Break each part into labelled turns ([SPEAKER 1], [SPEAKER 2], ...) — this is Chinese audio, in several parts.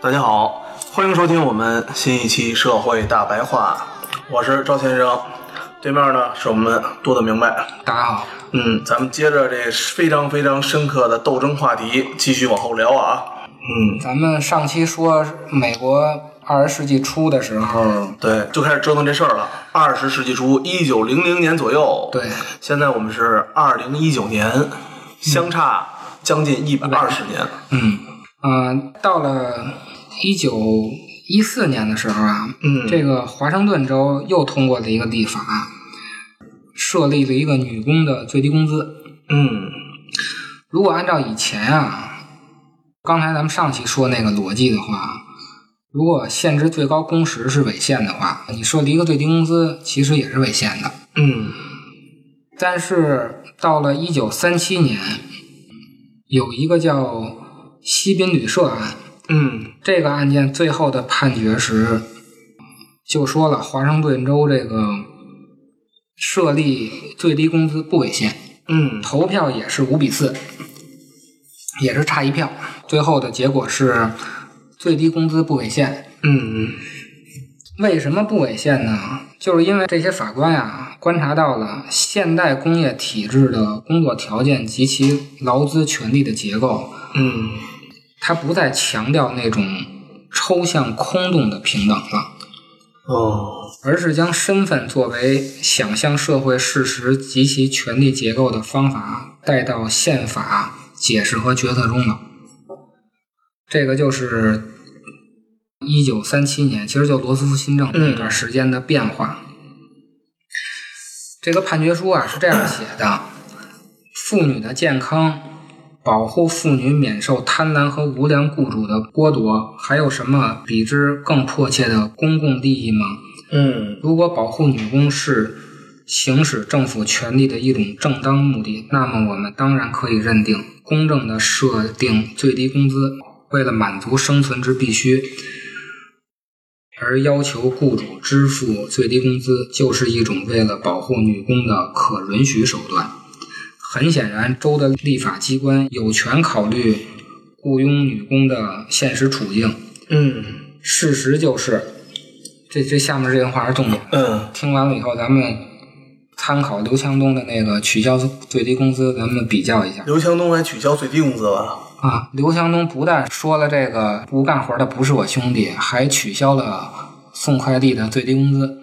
[SPEAKER 1] 大家好，欢迎收听我们新一期《社会大白话》，我是赵先生，对面呢是我们多的明白。
[SPEAKER 2] 大家好，
[SPEAKER 1] 嗯，咱们接着这非常非常深刻的斗争话题继续往后聊啊。嗯，
[SPEAKER 2] 咱们上期说美国二十世纪初的时候，
[SPEAKER 1] 对，就开始折腾这事儿了。二十世纪初，一九零零年左右，
[SPEAKER 2] 对，
[SPEAKER 1] 现在我们是二零一九年，相差将近一百二十年。
[SPEAKER 2] 嗯嗯、到了一九一四年的时候啊，
[SPEAKER 1] 嗯
[SPEAKER 2] 这个华盛顿州又通过了一个立法，设立了一个女工的最低工资。
[SPEAKER 1] 嗯
[SPEAKER 2] 如果按照以前啊，刚才咱们上期说那个逻辑的话，如果限制最高工时是违宪的话，你设立一个最低工资其实也是违宪的。
[SPEAKER 1] 嗯
[SPEAKER 2] 但是到了一九三七年，有一个叫西宾旅社案，
[SPEAKER 1] 嗯
[SPEAKER 2] 这个案件最后的判决时就说了，华盛顿州这个设立最低工资不违宪，
[SPEAKER 1] 嗯
[SPEAKER 2] 投票也是五比四，也是差一票，最后的结果是最低工资不违宪，
[SPEAKER 1] 嗯
[SPEAKER 2] 为什么不违宪呢？就是因为这些法官啊，观察到了现代工业体制的工作条件及其劳资权利的结构，
[SPEAKER 1] 嗯，
[SPEAKER 2] 它不再强调那种抽象空洞的平等了，
[SPEAKER 1] 哦，
[SPEAKER 2] 而是将身份作为想象社会事实及其权利结构的方法带到宪法解释和决策中了。这个就是一九三七年，其实就罗斯福新政那段时间的变化。这个判决书啊是这样写的：妇女的健康，保护妇女免受贪婪和无良雇主的剥夺，还有什么比之更迫切的公共利益吗？
[SPEAKER 1] 嗯
[SPEAKER 2] 如果保护女工是行使政府权力的一种正当目的，那么我们当然可以认定，公正的设定最低工资，为了满足生存之必须，而要求雇主支付最低工资，就是一种为了保护女工的可允许手段。很显然，州的立法机关有权考虑雇佣女工的现实处境。
[SPEAKER 1] 嗯
[SPEAKER 2] 事实就是，这这下面这段话是重点。
[SPEAKER 1] 嗯
[SPEAKER 2] 听完了以后，咱们参考刘强东的那个取消最低工资，咱们比较一下
[SPEAKER 1] 刘强东还取消最低工资了。
[SPEAKER 2] 啊。刘强东不但说了这个不干活的不是我兄弟，还取消了送快递的最低工资，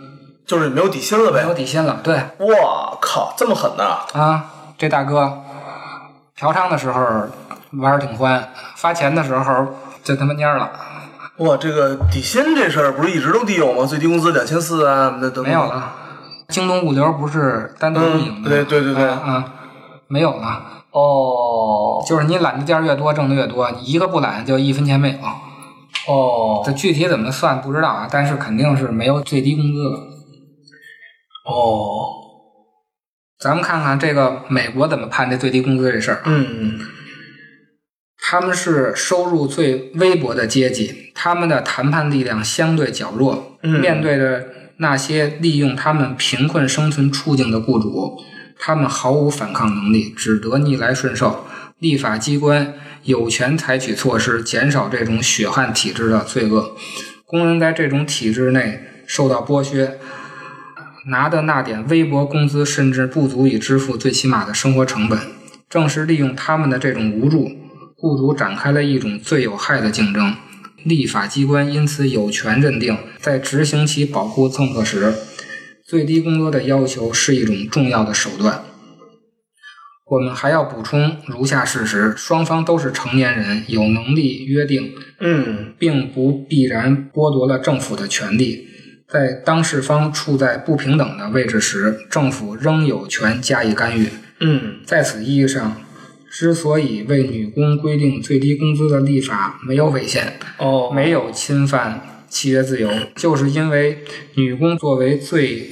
[SPEAKER 1] 就是没有底薪了
[SPEAKER 2] 没有
[SPEAKER 1] 呗？
[SPEAKER 2] 底薪了。对
[SPEAKER 1] 我靠，这么狠呐！
[SPEAKER 2] 啊，这大哥嫖娼的时候玩儿挺欢，发钱的时候就他妈蔫儿了，
[SPEAKER 1] 哇，这个底薪这事儿不是一直都低有吗？最低工资两千四啊，那都
[SPEAKER 2] 没有。了。京东物流不是单独运营
[SPEAKER 1] 嗯，
[SPEAKER 2] 的吗、
[SPEAKER 1] 对对对对，
[SPEAKER 2] 啊啊，没有了。
[SPEAKER 1] 哦
[SPEAKER 2] 就是你揽的件儿越多，挣的越多，你一个不揽就一分钱没有。
[SPEAKER 1] 哦
[SPEAKER 2] 这具体怎么算不知道啊，但是肯定是没有最低工资了。
[SPEAKER 1] 哦，
[SPEAKER 2] 咱们看看这个美国怎么判这最低工资这事儿啊。
[SPEAKER 1] 嗯
[SPEAKER 2] 他们是收入最微薄的阶级，他们的谈判力量相对较弱。
[SPEAKER 1] 嗯
[SPEAKER 2] 面对着那些利用他们贫困生存处境的雇主，他们毫无反抗能力，只得逆来顺受。立法机关有权采取措施，减少这种血汗体制的罪恶。工人在这种体制内受到剥削，拿的那点微薄工资甚至不足以支付最起码的生活成本。正是利用他们的这种无助，雇主展开了一种最有害的竞争，立法机关因此有权认定，在执行其保护政策时，最低工资的要求是一种重要的手段。我们还要补充如下事实：双方都是成年人，有能力约定，
[SPEAKER 1] 嗯
[SPEAKER 2] 并不必然剥夺了政府的权利。在当事方处在不平等的位置时，政府仍有权加以干预。
[SPEAKER 1] 嗯
[SPEAKER 2] 在此意义上，之所以为女工规定最低工资的立法没有违宪，
[SPEAKER 1] 哦
[SPEAKER 2] 没有侵犯契约自由，就是因为女工作为最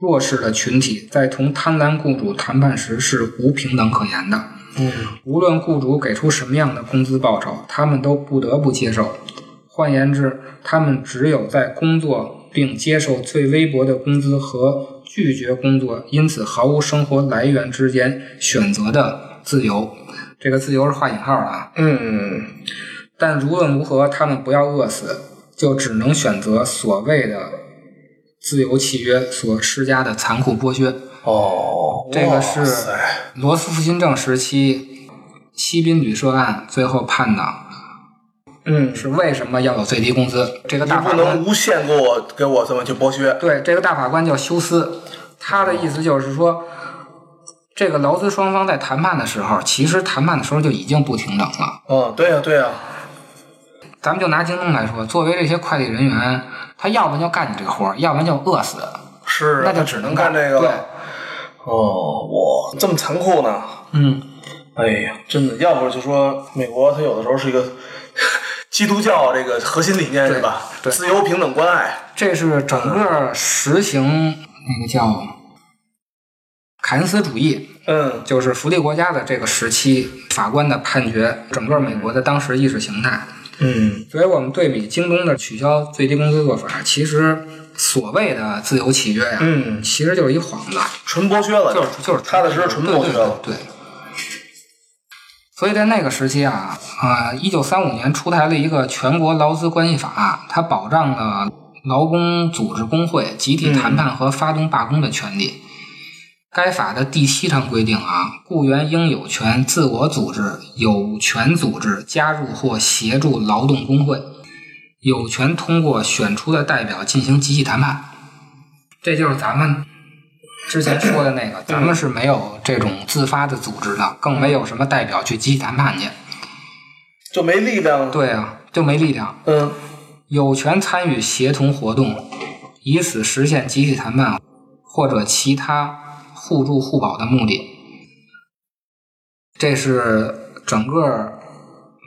[SPEAKER 2] 弱势的群体，在同贪婪雇主谈判时是无平等可言的。
[SPEAKER 1] 嗯
[SPEAKER 2] 无论雇主给出什么样的工资报酬，他们都不得不接受。换言之，他们只有在工作并接受最微薄的工资和拒绝工作，因此毫无生活来源之间选择的自由。这个自由是画引号的啊。
[SPEAKER 1] 嗯
[SPEAKER 2] 但无论如何，他们不要饿死，就只能选择所谓的自由契约所施加的残酷剥削。
[SPEAKER 1] 哦，
[SPEAKER 2] 这个是
[SPEAKER 1] 哇塞
[SPEAKER 2] 罗斯福新政时期西宾旅社案最后判的
[SPEAKER 1] 嗯，
[SPEAKER 2] 是为什么要有最低工资？这个
[SPEAKER 1] 你
[SPEAKER 2] 大
[SPEAKER 1] 不
[SPEAKER 2] 法
[SPEAKER 1] 能
[SPEAKER 2] 官
[SPEAKER 1] 无限给我给我这么去剥削。
[SPEAKER 2] 对这个大法官叫休斯，他的意思就是说。这个劳资双方在谈判的时候，其实谈判的时候就已经不平等了。
[SPEAKER 1] 嗯，对呀、对呀、啊，
[SPEAKER 2] 咱们就拿京东来说，作为这些快递人员，他要不然就干你这个活儿，要不然就饿死，
[SPEAKER 1] 是啊，
[SPEAKER 2] 那就只能
[SPEAKER 1] 干这个
[SPEAKER 2] 对，
[SPEAKER 1] 了。哦，我这么残酷呢？
[SPEAKER 2] 嗯，
[SPEAKER 1] 哎呀，真的，要不就说美国，它有的时候是一 个基督教这个核心理念是吧？
[SPEAKER 2] 对对
[SPEAKER 1] 自由、平等、关爱。
[SPEAKER 2] 这是整个实行那个叫凯恩斯主义，
[SPEAKER 1] 嗯
[SPEAKER 2] 就是福利国家的这个时期法官的判决，整个美国的当时意识形态。
[SPEAKER 1] 嗯
[SPEAKER 2] 所以我们对比京东的取消最低工资做法，其实所谓的自由契约呀、
[SPEAKER 1] 嗯，
[SPEAKER 2] 其实就是一幌子，
[SPEAKER 1] 纯剥削了，
[SPEAKER 2] 就是就是
[SPEAKER 1] 踏踏实实纯
[SPEAKER 2] 对
[SPEAKER 1] 剥
[SPEAKER 2] 对
[SPEAKER 1] 削了。
[SPEAKER 2] 对。对所以在那个时期啊，呃，一九三五年出台了一个全国劳资关系法，它保障了劳工组织工会集体谈
[SPEAKER 1] 嗯
[SPEAKER 2] 判和发动罢工的权利。该法的第七条规定啊，雇员应有权自我组织、有权组织加入或协助劳动工会，有权通过选出的代表进行集体谈判。这就是咱们之前说的那个，咱们是没有这种自发的组织的，更没有什么代表去集体谈判去。
[SPEAKER 1] 就没力量。
[SPEAKER 2] 对啊，就没力量，
[SPEAKER 1] 嗯
[SPEAKER 2] 有权参与协同活动，以此实现集体谈判或者其他互助互保的目的。这是整个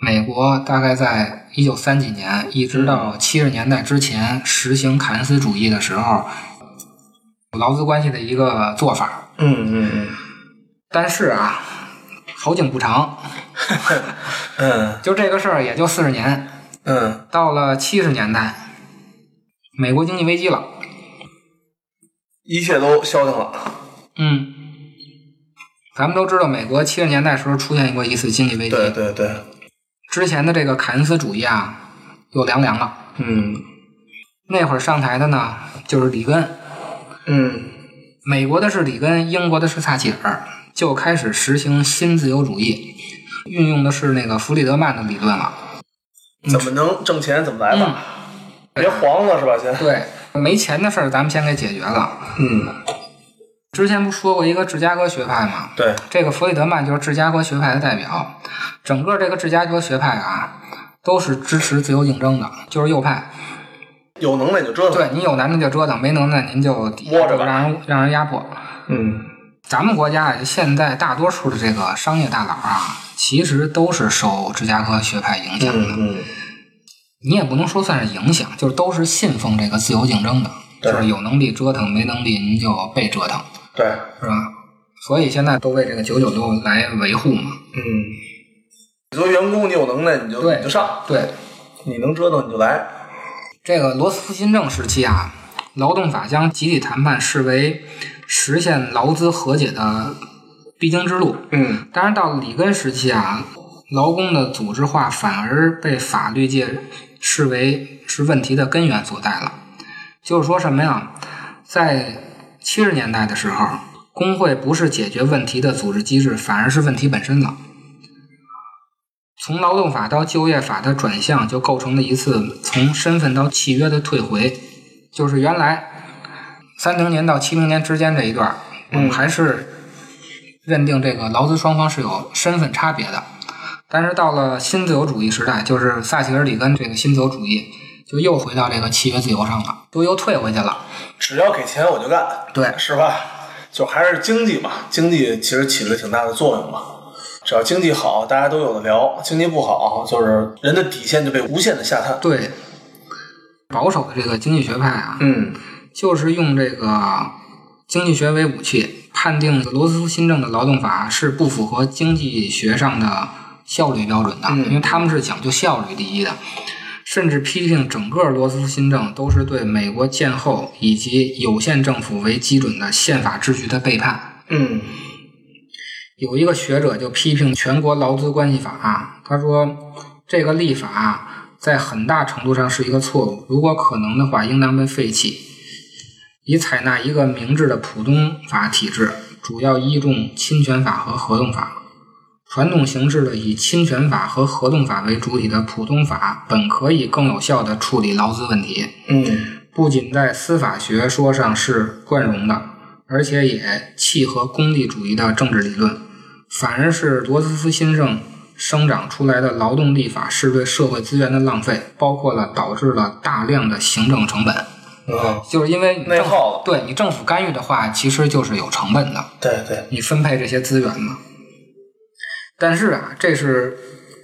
[SPEAKER 2] 美国大概在一九三几年一直到七十年代之前实行凯恩斯主义的时候，劳资关系的一个做法。
[SPEAKER 1] 嗯嗯
[SPEAKER 2] 但是啊，好景不长，
[SPEAKER 1] 嗯
[SPEAKER 2] 就这个事儿也就四十年。
[SPEAKER 1] 嗯
[SPEAKER 2] 到了七十年代，美国经济危机了。
[SPEAKER 1] 一切都消停了。
[SPEAKER 2] 嗯，咱们都知道，美国七十年代时候出现过一次经济危机，
[SPEAKER 1] 对对对，
[SPEAKER 2] 之前的这个凯恩斯主义啊，又凉凉了。
[SPEAKER 1] 嗯
[SPEAKER 2] 那会儿上台的呢，就是里根，
[SPEAKER 1] 嗯
[SPEAKER 2] 美国的是里根，英国的是撒切尔，就开始实行新自由主义，运用的是那个弗里德曼的理论了。
[SPEAKER 1] 怎么能挣钱怎么来吧，
[SPEAKER 2] 嗯，
[SPEAKER 1] 别黄了是吧？先，
[SPEAKER 2] 对，没钱的事儿咱们先给解决了。
[SPEAKER 1] 嗯，
[SPEAKER 2] 之前不说过一个芝加哥学派吗？
[SPEAKER 1] 对，
[SPEAKER 2] 这个弗里德曼就是芝加哥学派的代表。整个这个芝加哥学派啊，都是支持自由竞争的，就是右派。
[SPEAKER 1] 有能耐就折腾。
[SPEAKER 2] 对你有能耐就折腾，没能耐您就底
[SPEAKER 1] 摸着吧
[SPEAKER 2] 让人让人压迫。
[SPEAKER 1] 嗯
[SPEAKER 2] 咱们国家啊，现在大多数的这个商业大佬啊，其实都是受芝加哥学派影响的。
[SPEAKER 1] 嗯嗯，
[SPEAKER 2] 你也不能说算是影响，就是都是信奉这个自由竞争的，
[SPEAKER 1] 对
[SPEAKER 2] 就是有能力折腾，没能力您就被折腾，
[SPEAKER 1] 对，
[SPEAKER 2] 是吧？所以现在都为这个九九六来维护嘛。
[SPEAKER 1] 嗯，你作为员工，你有能耐你就
[SPEAKER 2] 对
[SPEAKER 1] 你就上，
[SPEAKER 2] 对，
[SPEAKER 1] 你能折腾你就来。
[SPEAKER 2] 这个罗斯福新政时期啊，劳动法将集体谈判视为实现劳资和解的必经之路。
[SPEAKER 1] 嗯
[SPEAKER 2] 当然，到里根时期啊，劳工的组织化反而被法律界视为是问题的根源所在了。就是说什么呀？在七十年代的时候，工会不是解决问题的组织机制，反而是问题本身了。从劳动法到就业法的转向，就构成了一次从身份到契约的退回。就是原来三零年到七零年之间这一段，我们还是认定这个劳资双方是有身份差别的。但是到了新自由主义时代，就是撒切尔里根这个新自由主义，就又回到这个契约自由上了，都又退回去了。
[SPEAKER 1] 只要给钱我就干，
[SPEAKER 2] 对
[SPEAKER 1] 是吧？就还是经济嘛，经济其实起了挺大的作用嘛。只要经济好，大家都有的聊；经济不好，就是人的底线就被无限的下探。
[SPEAKER 2] 对，保守的这个经济学派啊，
[SPEAKER 1] 嗯，
[SPEAKER 2] 就是用这个经济学为武器，判定罗斯福新政的劳动法是不符合经济学上的效率标准的，
[SPEAKER 1] 嗯
[SPEAKER 2] 因为他们是讲究效率第一的，甚至批评整个罗斯福新政都是对美国建后以及有限政府为基准的宪法秩序的背叛。
[SPEAKER 1] 嗯，
[SPEAKER 2] 有一个学者就批评全国劳资关系法、啊他说这个立法、啊在很大程度上是一个错误，如果可能的话，应当被废弃，以采纳一个明智的普通法体制，主要依重侵权法和合同法。传统形式的以侵权法和合同法为主体的普通法，本可以更有效地处理劳资问题。
[SPEAKER 1] 嗯，
[SPEAKER 2] 不仅在司法学说上是贯容的，而且也契合功利主义的政治理论。反而是罗斯福新政生长出来的劳动立法是对社会资源的浪费，包括了导致了大量的行政成本。
[SPEAKER 1] 嗯，
[SPEAKER 2] 就是因为你政
[SPEAKER 1] 内耗了
[SPEAKER 2] 对你政府干预的话，其实就是有成本的。
[SPEAKER 1] 对对，
[SPEAKER 2] 你分配这些资源嘛。但是啊，这是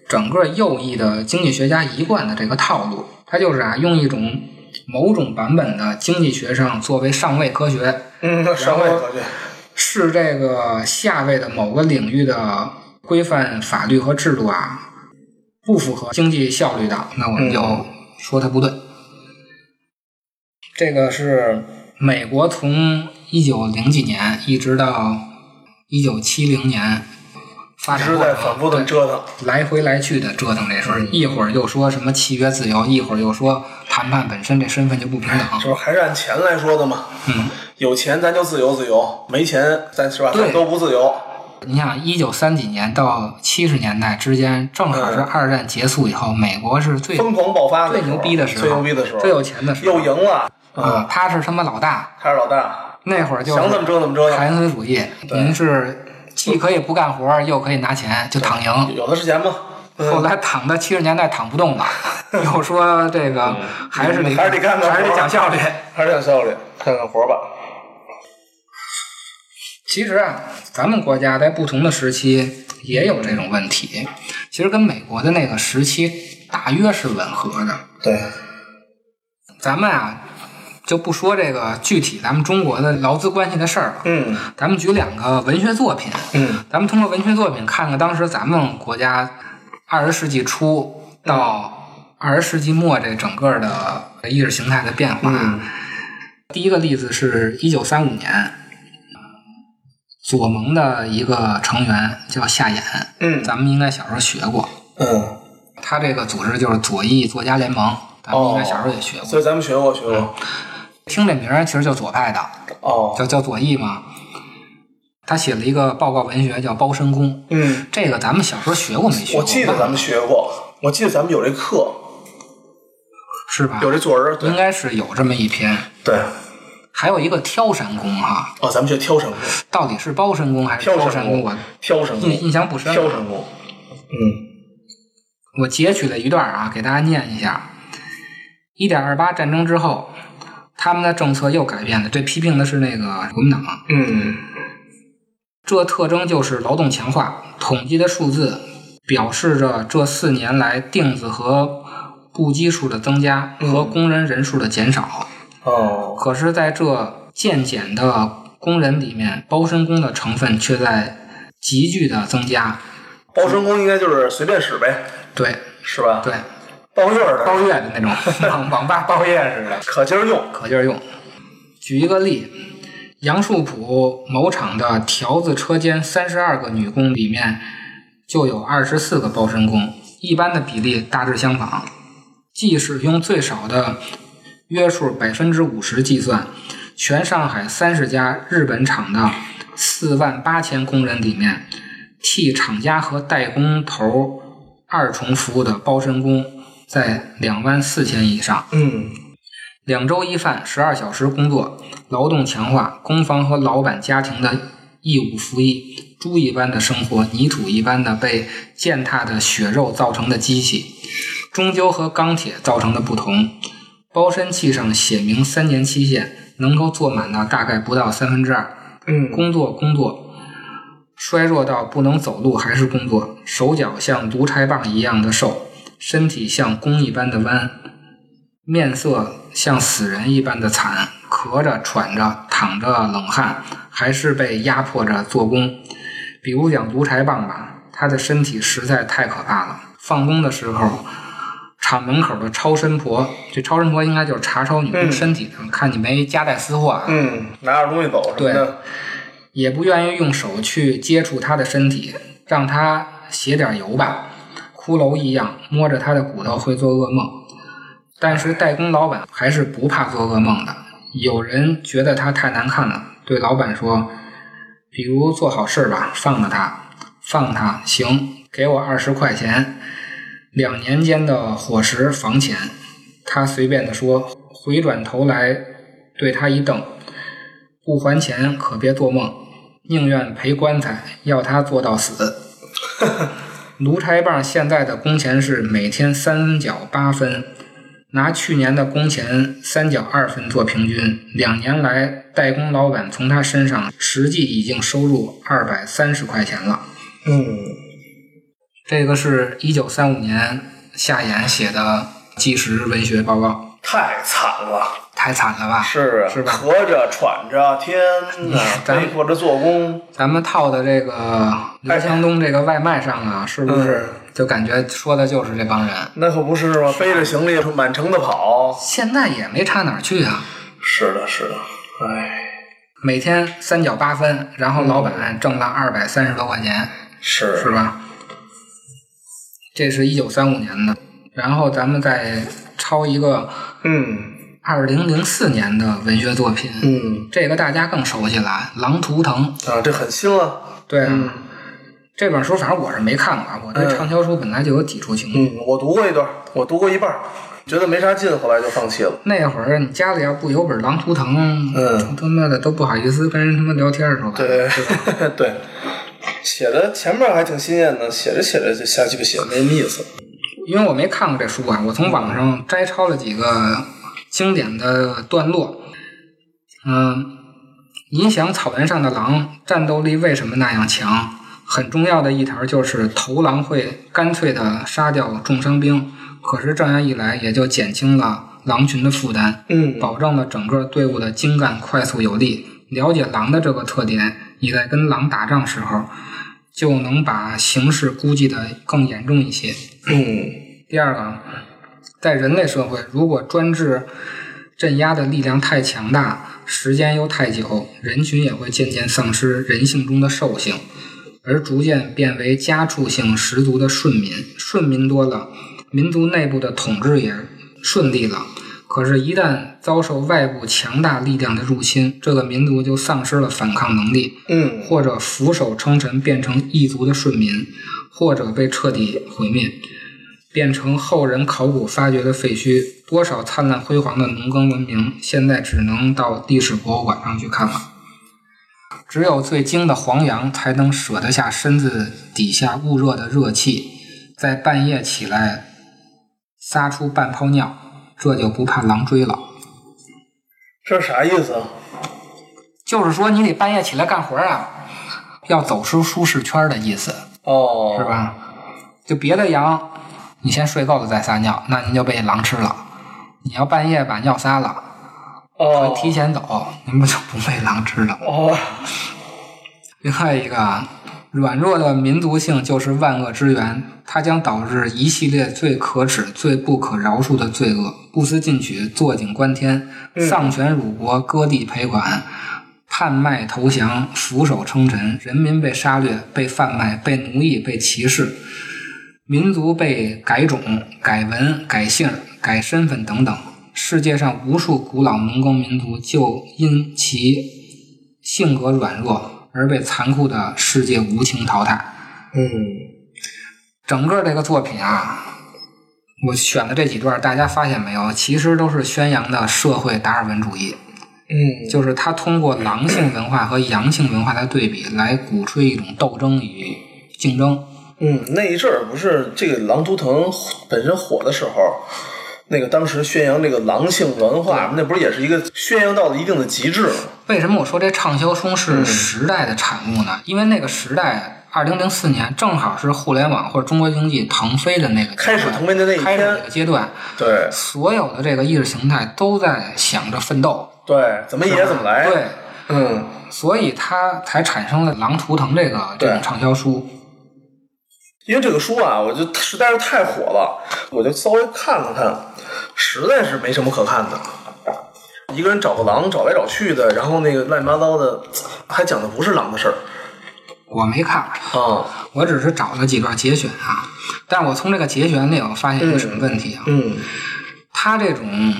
[SPEAKER 2] 整个右翼的经济学家一贯的这个套路，他就是啊，用一种某种版本的经济学上作为上位科学，
[SPEAKER 1] 嗯，上位可去，
[SPEAKER 2] 是这个下位的某个领域的规范法律和制度啊，不符合经济效率的，嗯那我们就说它不对。这个是美国从一九零几年一直到一九七零年发
[SPEAKER 1] 一
[SPEAKER 2] 展
[SPEAKER 1] 直
[SPEAKER 2] 过
[SPEAKER 1] 在
[SPEAKER 2] 程
[SPEAKER 1] 反复的
[SPEAKER 2] 对
[SPEAKER 1] 折腾。
[SPEAKER 2] 来回来去的折腾这事儿，一会儿又说什么契约自由，一会儿又说谈判本身这身份就不平等。
[SPEAKER 1] 就是还是按钱来说的嘛。
[SPEAKER 2] 嗯，
[SPEAKER 1] 有钱咱就自由自由，没钱咱是吧？
[SPEAKER 2] 对
[SPEAKER 1] 咱都不自由。
[SPEAKER 2] 你想，一九三几年到七十年代之间，正好是
[SPEAKER 1] 嗯
[SPEAKER 2] 二战结束以后，美国是最
[SPEAKER 1] 疯狂爆发的
[SPEAKER 2] 最
[SPEAKER 1] 时候
[SPEAKER 2] 牛逼的时候，
[SPEAKER 1] 最牛逼的时候，
[SPEAKER 2] 最有钱的时
[SPEAKER 1] 又
[SPEAKER 2] 候，
[SPEAKER 1] 赢了，
[SPEAKER 2] 啊、他是他妈老大，
[SPEAKER 1] 他是老大，
[SPEAKER 2] 那会儿就
[SPEAKER 1] 想怎么折腾怎么折
[SPEAKER 2] 凯
[SPEAKER 1] 腾，
[SPEAKER 2] 恩斯主义，
[SPEAKER 1] 对
[SPEAKER 2] 您是既可以不干活，又可以拿钱，就躺赢。
[SPEAKER 1] 有的是钱嘛。嗯
[SPEAKER 2] 后来躺到七十年代躺不 动了，又说这个还是得
[SPEAKER 1] 嗯还是得干干活
[SPEAKER 2] 还是得讲效率。
[SPEAKER 1] 还是讲效率，干干活吧。
[SPEAKER 2] 其实啊，咱们国家在不同的时期也有这种问题，其实跟美国的那个时期大约是吻合的。
[SPEAKER 1] 对，
[SPEAKER 2] 咱们啊就不说这个具体咱们中国的劳资关系的事儿了，
[SPEAKER 1] 嗯
[SPEAKER 2] 咱们举两个文学作品，
[SPEAKER 1] 嗯
[SPEAKER 2] 咱们通过文学作品看看当时咱们国家二十世纪初到二十世纪末这整个的意识形态的变化。
[SPEAKER 1] 嗯
[SPEAKER 2] 第一个例子是一九三五年，左盟的一个成员叫夏衍，
[SPEAKER 1] 嗯
[SPEAKER 2] 咱们应该小时候学过。
[SPEAKER 1] 嗯，
[SPEAKER 2] 他这个组织就是左翼作家联盟，咱们应该小时候也学
[SPEAKER 1] 哦
[SPEAKER 2] 过。嗯
[SPEAKER 1] 所以咱们学过学过。
[SPEAKER 2] 听这名儿其实就左派的，
[SPEAKER 1] 哦，
[SPEAKER 2] 叫叫左翼嘛。他写了一个报告文学叫《包身宫》，
[SPEAKER 1] 嗯，
[SPEAKER 2] 这个咱们小时候学过没学过？
[SPEAKER 1] 我记得咱们学过，我记得咱们有这课，
[SPEAKER 2] 是吧？
[SPEAKER 1] 有这作文。
[SPEAKER 2] 啊应
[SPEAKER 1] 对
[SPEAKER 2] 该是有这么一篇。
[SPEAKER 1] 对，
[SPEAKER 2] 还有一个挑山宫哈，
[SPEAKER 1] 哦，咱们学挑绳功，
[SPEAKER 2] 到底是包身宫还是
[SPEAKER 1] 挑
[SPEAKER 2] 挑
[SPEAKER 1] 绳
[SPEAKER 2] 山
[SPEAKER 1] 功
[SPEAKER 2] 宫？我
[SPEAKER 1] 挑绳
[SPEAKER 2] 印印
[SPEAKER 1] 功，
[SPEAKER 2] 象不深。
[SPEAKER 1] 挑绳功。嗯
[SPEAKER 2] 我截取了一段啊，给大家念一下。一点二八战争之后，他们的政策又改变了，这批评的是那个国民党。
[SPEAKER 1] 嗯
[SPEAKER 2] 这特征就是劳动强化。统计的数字表示着这四年来钉子和布基数的增加和
[SPEAKER 1] 嗯
[SPEAKER 2] 工人人数的减少。
[SPEAKER 1] 哦，
[SPEAKER 2] 可是，在这渐减的工人里面，包身工的成分却在急剧的增加。
[SPEAKER 1] 包身工应该就是随便使呗，
[SPEAKER 2] 对
[SPEAKER 1] 是吧？
[SPEAKER 2] 对，
[SPEAKER 1] 包月儿
[SPEAKER 2] 包
[SPEAKER 1] 的，
[SPEAKER 2] 月的那种 网网吧包夜似的，
[SPEAKER 1] 可劲儿用。
[SPEAKER 2] 可劲儿用。举一个例。杨树浦某厂的条子车间三十二个女工里面，就有二十四个包身工，一般的比例大致相仿。即使用最少的约数百分之五十计算，全上海三十家日本厂的四万八千工人里面，替厂家和代工头二重服务的包身工在两万四千以上，
[SPEAKER 1] 嗯
[SPEAKER 2] 两周一饭，十二小时工作，劳动强化工房和老板家庭的义务服役，猪一般的生活，泥土一般的被践踏的血肉造成的机器，终究和钢铁造成的不同。包身器上写明三年期限，能够做满的大概不到三分之二。
[SPEAKER 1] 嗯
[SPEAKER 2] 工作工作，衰弱到不能走路还是工作，手脚像独柴棒一样的瘦，身体像弓一般的弯，面色像死人一般的惨，咳着喘着淌着冷汗，还是被压迫着做工。比如讲独柴棒吧，他的身体实在太可怕了。放工的时候，厂门口的超声婆，这超声婆应该就是查抄你的
[SPEAKER 1] 嗯
[SPEAKER 2] 身体的，看你没夹带私货啊。
[SPEAKER 1] 嗯，拿着东西走什么的，
[SPEAKER 2] 也不愿意用手去接触他的身体，让他写点油吧。骷髅一样摸着他的骨头会做噩梦，但是代工老板还是不怕做噩梦的。有人觉得他太难看了，对老板说：“比如做好事吧，放了他，放他行，给我二十块钱，两年间的伙食房钱。”他随便的说，回转头来对他一瞪，不还钱可别做梦，宁愿赔棺材，要他做到死。卢柴棒现在的工钱是每天三角八分，拿去年的工钱三角二分做平均，两年来代工老板从他身上实际已经收入二百三十块钱了。
[SPEAKER 1] 嗯
[SPEAKER 2] 这个是一九三五年夏衍写的纪实文学报告，
[SPEAKER 1] 太惨了，
[SPEAKER 2] 太惨了吧？
[SPEAKER 1] 是啊，
[SPEAKER 2] 是吧
[SPEAKER 1] 咳着喘着，天哪，
[SPEAKER 2] 咱
[SPEAKER 1] 被迫着做工，
[SPEAKER 2] 咱们套的这个刘强东这个外卖上啊，是不是就感觉说的就是这帮人？
[SPEAKER 1] 那可不是吗？背着行李满城的跑，
[SPEAKER 2] 现在也没差哪儿去啊，
[SPEAKER 1] 是的，是的，哎，
[SPEAKER 2] 每天三角八分，然后老
[SPEAKER 1] 嗯
[SPEAKER 2] 板挣了二百三十多块钱，是
[SPEAKER 1] 是，
[SPEAKER 2] 吧？这是一九三五年的，然后咱们再抄一个
[SPEAKER 1] 嗯
[SPEAKER 2] 二零零四年的文学作品，
[SPEAKER 1] 嗯
[SPEAKER 2] 这个大家更熟悉了，《狼图腾》。
[SPEAKER 1] 啊，这很新了，
[SPEAKER 2] 对啊，这本书反正我是没看过啊，我对
[SPEAKER 1] 嗯
[SPEAKER 2] 畅销书本来就有抵触情绪。
[SPEAKER 1] 嗯，我读过一段，我读过一半，觉得没啥劲，后来就放弃了，
[SPEAKER 2] 那会儿你家里要不有本《狼图腾》，
[SPEAKER 1] 嗯
[SPEAKER 2] 他妈的都不好意思跟人他妈聊天儿是吧？
[SPEAKER 1] 对对。写的前面还挺新鲜的，写着写着就下去写，没什么意思。
[SPEAKER 2] 因为我没看过这书啊，我从网上摘抄了几个经典的段落。嗯，影响草原上的狼战斗力为什么那样强？很重要的一条就是头狼会干脆的杀掉重伤兵，可是这样一来也就减轻了狼群的负担，
[SPEAKER 1] 嗯
[SPEAKER 2] 保证了整个队伍的精干、快速、有力。了解狼的这个特点，你在跟狼打仗时候就能把形势估计的更严重一些。
[SPEAKER 1] 嗯
[SPEAKER 2] 第二个，啊在人类社会，如果专制镇压的力量太强大，时间又太久，人群也会渐渐丧失人性中的兽性，而逐渐变为家畜性十足的顺民。顺民多了，民族内部的统治也顺利了。可是，一旦遭受外部强大力量的入侵，这个民族就丧失了反抗能力，
[SPEAKER 1] 嗯，
[SPEAKER 2] 或者俯首称臣变成异族的顺民，或者被彻底毁灭，变成后人考古发掘的废墟。多少灿烂辉煌的农耕文明，现在只能到历史博物馆上去看了。只有最精的黄羊才能舍得下身子底下捂热的热气，在半夜起来撒出半泡尿，这就不怕狼追了。
[SPEAKER 1] 这啥意思啊？
[SPEAKER 2] 就是说，你得半夜起来干活啊，要走出舒适圈的意思。
[SPEAKER 1] 哦，
[SPEAKER 2] 是？吧？就别的羊，你先睡够了再撒尿，那您就被狼吃了。你要半夜把尿撒了，
[SPEAKER 1] 哦，
[SPEAKER 2] 提前走，您不就不被狼吃了？
[SPEAKER 1] 哦，
[SPEAKER 2] 另外一个啊，软弱的民族性就是万恶之源，它将导致一系列最可耻、最不可饶恕的罪恶，不思进取，坐井观天，丧权辱国，割地赔款。叛卖投降，俯首称臣，人民被杀掠、被贩卖、被奴役、被歧视，民族被改种、改文、改姓、改身份等等。世界上无数古老农耕民族就因其性格软弱而被残酷的世界无情淘汰。
[SPEAKER 1] 嗯，
[SPEAKER 2] 整个这个作品啊，我选的这几段，大家发现没有？其实都是宣扬的社会达尔文主义，
[SPEAKER 3] 嗯，
[SPEAKER 2] 就是他通过狼性文化和阳性文化的对比，来鼓吹一种斗争与竞争。
[SPEAKER 3] 嗯，那一阵儿不是这个狼图腾本身火的时候，那个当时宣扬这个狼性文化，那不是也是一个宣扬到了一定的极致吗？
[SPEAKER 2] 为什么我说这畅销书是
[SPEAKER 3] 嗯
[SPEAKER 2] 时代的产物呢？因为那个时代，二零零四年正好是互联网或者中国经济腾飞的那个阶段
[SPEAKER 3] 开始腾飞的那一天
[SPEAKER 2] 开始那个阶段，
[SPEAKER 3] 对
[SPEAKER 2] 所有的这个意识形态都在想着奋斗，
[SPEAKER 3] 对，怎么
[SPEAKER 2] 是吧
[SPEAKER 3] 野怎么来，
[SPEAKER 2] 对，
[SPEAKER 3] 嗯
[SPEAKER 2] 所以它才产生了《狼图腾》这个这种
[SPEAKER 3] 对
[SPEAKER 2] 畅销书。
[SPEAKER 3] 因为这个书啊，我就实在是太火了，我就稍微看了看，实在是没什么可看的。一个人找个狼，找来找去的，然后那个乱七八糟的，还讲的不是狼的事儿
[SPEAKER 2] 我没看，
[SPEAKER 3] 啊。
[SPEAKER 2] 我只是找了几段节选啊。但我从这个节选里，我发现一个什么问题啊？
[SPEAKER 3] 嗯，
[SPEAKER 2] 它这种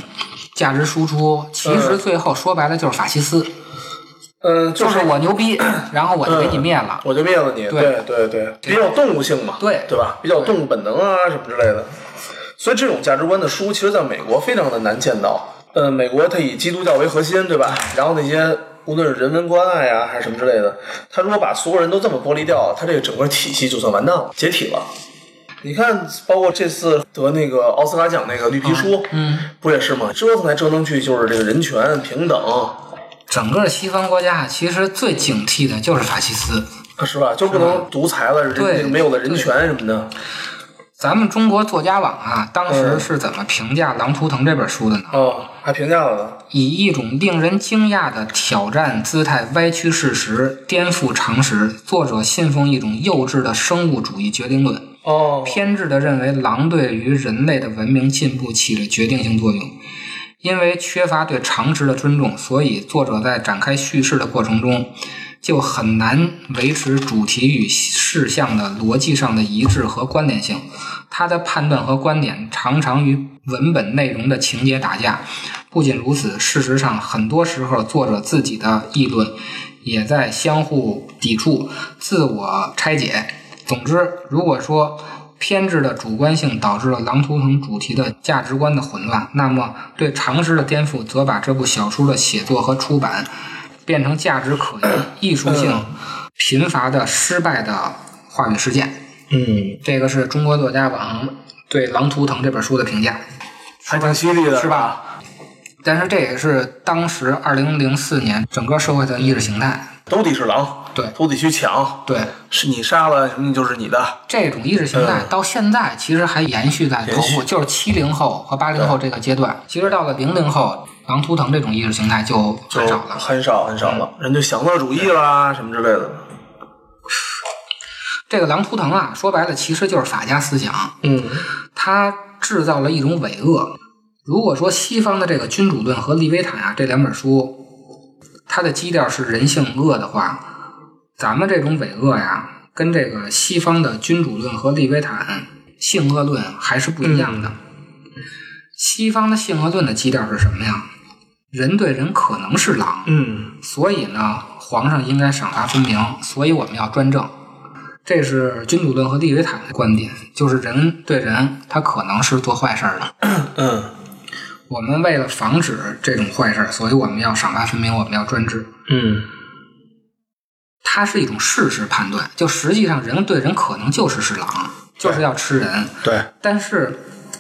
[SPEAKER 2] 价值输出，其实最后说白了就是法西斯。
[SPEAKER 3] 嗯、
[SPEAKER 2] 就嗯
[SPEAKER 3] 就是
[SPEAKER 2] 我牛 逼，然后我就给你灭了。
[SPEAKER 3] 我就灭了你。
[SPEAKER 2] 对
[SPEAKER 3] 啊对对对，比较动物性嘛，
[SPEAKER 2] 对
[SPEAKER 3] 对吧？比较动物本能啊什么之类的。所以这种价值观的书，其实在美国非常的难见到。呃，美国它以基督教为核心，对吧？然后那些无论是人文关爱啊，还是什么之类的，它如果把所有人都这么剥离掉，它这个整个体系就算完蛋了，解体了。你看，包括这次得那个奥斯卡奖那个绿皮书，嗯，不也是吗？折腾来折腾去，就是这个人权平等，
[SPEAKER 2] 整个西方国家其实最警惕的就是法西斯。
[SPEAKER 3] 是吧？就不能独裁了，
[SPEAKER 2] 对
[SPEAKER 3] 人没有了人权什么的。
[SPEAKER 2] 咱们中国作家网啊，当时是怎么评价《狼图腾》这本书的呢？
[SPEAKER 3] 哦，还评价了呢。
[SPEAKER 2] 以一种令人惊讶的挑战姿态歪曲事实、颠覆常识。作者信奉一种幼稚的生物主义决定论，
[SPEAKER 3] 哦，
[SPEAKER 2] 偏执地认为狼对于人类的文明进步起了决定性作用。因为缺乏对常识的尊重，所以作者在展开叙事的过程中，就很难维持主题与事项的逻辑上的一致和关联性。他的判断和观点常常与文本内容的情节打架。不仅如此，事实上，很多时候作者自己的议论也在相互抵触、自我拆解。总之，如果说偏执的主观性导致了《狼图腾》主题的价值观的混乱，那么对常识的颠覆则把这部小说的写作和出版变成价值可疑、艺术性贫乏的失败的话语实践。
[SPEAKER 3] 嗯，
[SPEAKER 2] 这个是中国作家网对《狼图腾》这本书的评价，
[SPEAKER 3] 还挺犀利的，
[SPEAKER 2] 是？吧？但是这也是当时二零零四年整个社会的意识形态。
[SPEAKER 3] 都得是狼，
[SPEAKER 2] 对
[SPEAKER 3] 都得去抢，
[SPEAKER 2] 对，
[SPEAKER 3] 是你杀了什么就是你的。
[SPEAKER 2] 这种意识形态到现在其实还延续在
[SPEAKER 3] 嗯
[SPEAKER 2] 头
[SPEAKER 3] 延
[SPEAKER 2] 部，
[SPEAKER 3] 续
[SPEAKER 2] 就是七零后和八零后这个阶段。其实到了零零后，狼图腾这种意识形态就
[SPEAKER 3] 就
[SPEAKER 2] 很少了。
[SPEAKER 3] 很少嗯很少了，人就享乐主义啦，什么之类的。
[SPEAKER 2] 这个狼图腾啊，说白了其实就是法家思想。
[SPEAKER 3] 嗯
[SPEAKER 2] 他制造了一种伪恶。如果说西方的这个君主论和利维坦啊这两本书，它的基调是人性恶的话，咱们这种伪恶呀，跟这个西方的君主论和利维坦性恶论还是不一样的。西方的性恶论的基调是什么呀？人对人可能是狼，
[SPEAKER 3] 嗯，
[SPEAKER 2] 所以呢，皇上应该赏罚分明，所以我们要专政。这是君主论和利维坦的观点，就是人对人，他可能是做坏事儿的。
[SPEAKER 3] 嗯
[SPEAKER 2] 我们为了防止这种坏事儿，所以我们要赏罚分明，我们要专制。
[SPEAKER 3] 嗯
[SPEAKER 2] 它是一种事实判断，就实际上人对人可能就是是狼，就是要吃人。
[SPEAKER 3] 对，
[SPEAKER 2] 但是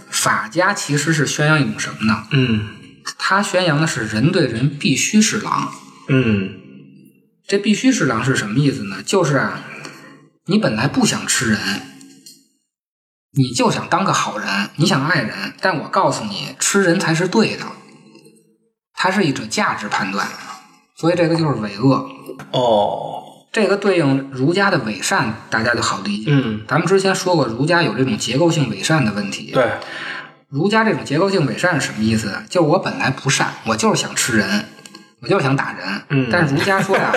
[SPEAKER 2] 法家其实是宣扬一种什么呢？
[SPEAKER 3] 嗯
[SPEAKER 2] 他宣扬的是人对人必须是狼，
[SPEAKER 3] 嗯
[SPEAKER 2] 这必须是狼是什么意思呢？就是啊，你本来不想吃人，你就想当个好人，你想爱人，但我告诉你，吃人才是对的，它是一种价值判断，所以这个就是伪恶。
[SPEAKER 3] 哦，
[SPEAKER 2] 这个对应儒家的伪善，大家就好理解。
[SPEAKER 3] 嗯，
[SPEAKER 2] 咱们之前说过，儒家有这种结构性伪善的问题。，
[SPEAKER 3] 对，
[SPEAKER 2] 儒家这种结构性伪善是什么意思？就是我本来不善，我就是想吃人，我就是想打人。
[SPEAKER 3] 嗯
[SPEAKER 2] 但是儒家 说呀、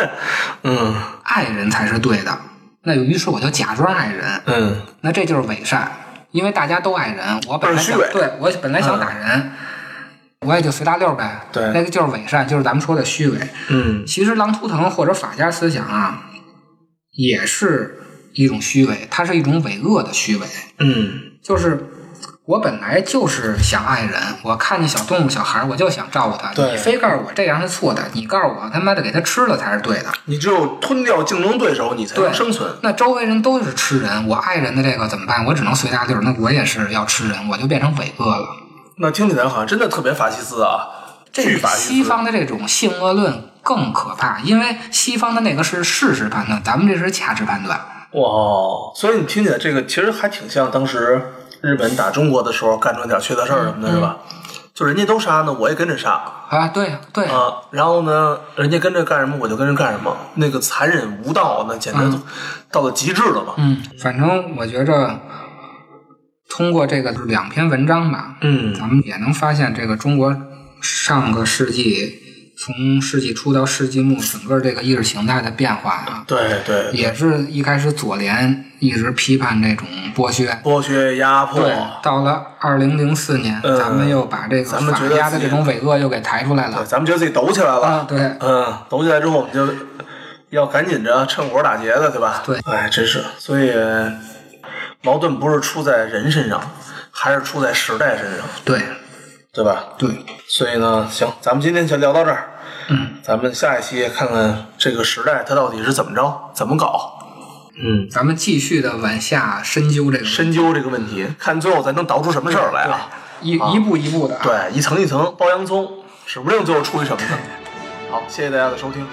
[SPEAKER 3] 嗯
[SPEAKER 2] 爱人才是对的。那于是我就假装爱人，
[SPEAKER 3] 嗯
[SPEAKER 2] 那这就是伪善，因为大家都爱人，我本来想
[SPEAKER 3] 二虚伪
[SPEAKER 2] 对我本来想打人，我也就随大溜呗。
[SPEAKER 3] 对
[SPEAKER 2] 那个就是伪善，就是咱们说的虚伪。
[SPEAKER 3] 嗯
[SPEAKER 2] 其实狼图腾或者法家思想啊，也是一种虚伪，它是一种伪恶的虚伪。
[SPEAKER 3] 嗯
[SPEAKER 2] 就是我本来就是想爱人，我看见小动物、小孩儿，我就想照顾他。
[SPEAKER 3] 对
[SPEAKER 2] 你非告诉我这样是错的，你告诉我他妈的给他吃了才是对的。
[SPEAKER 3] 你只有吞掉竞争对手，你才能
[SPEAKER 2] 对
[SPEAKER 3] 生存。
[SPEAKER 2] 那周围人都是吃人，我爱人的这个怎么办？我只能随大溜儿。那我也是要吃人，我就变成伪恶了。
[SPEAKER 3] 那听起来好像真的特别法西斯啊，
[SPEAKER 2] 这
[SPEAKER 3] 巨
[SPEAKER 2] 比
[SPEAKER 3] 法西
[SPEAKER 2] 西
[SPEAKER 3] 斯。
[SPEAKER 2] 方的这种性恶论更可怕，因为西方的那个是事实判断，咱们这是价值判断。
[SPEAKER 3] 哇，所以你听起来这个其实还挺像当时日本打中国的时候干出那点缺德事儿什么的，是吧？就人家都杀呢，我也跟着杀啊、
[SPEAKER 2] 啊，对对，
[SPEAKER 3] 然后呢，人家跟着干什么，我就跟着干什么，那个残忍无道，那简直都到了极致了嘛。
[SPEAKER 2] 嗯，反正我觉着通过这个两篇文章吧，
[SPEAKER 3] 嗯
[SPEAKER 2] 咱们也能发现这个中国上个世纪从世纪初到世纪末整个这个意识形态的变化啊，
[SPEAKER 3] 对对，
[SPEAKER 2] 也是一开始左联一直批判这种剥削。
[SPEAKER 3] 剥削压迫，
[SPEAKER 2] 对，到了二零零四年，
[SPEAKER 3] 嗯
[SPEAKER 2] 咱们又把这个
[SPEAKER 3] 咱们觉
[SPEAKER 2] 法
[SPEAKER 3] 得
[SPEAKER 2] 家
[SPEAKER 3] 自
[SPEAKER 2] 的
[SPEAKER 3] 己
[SPEAKER 2] 这种伪恶又给抬出来
[SPEAKER 3] 对，
[SPEAKER 2] 了。
[SPEAKER 3] 啊咱们觉得自己抖起来了。
[SPEAKER 2] 啊，对，
[SPEAKER 3] 嗯，抖起来之后，我们就要赶紧着趁火打劫的，对吧？
[SPEAKER 2] 对
[SPEAKER 3] 哎，真是，所以矛盾不是出在人身上，还是出在时代身上，
[SPEAKER 2] 对，
[SPEAKER 3] 对吧？
[SPEAKER 2] 对，
[SPEAKER 3] 所以呢，行，咱们今天先聊到这儿，
[SPEAKER 2] 嗯，
[SPEAKER 3] 咱们下一期看看这个时代它到底是怎么着，怎么搞，嗯，
[SPEAKER 2] 咱们继续的往下深究这个问题，
[SPEAKER 3] 深究这个问题，看最后咱能倒出什么事儿来啊？
[SPEAKER 2] 一一步一步的啊。
[SPEAKER 3] 对，一层一层剥洋葱，指不定最后出一什么呢。好，谢谢大家的收听。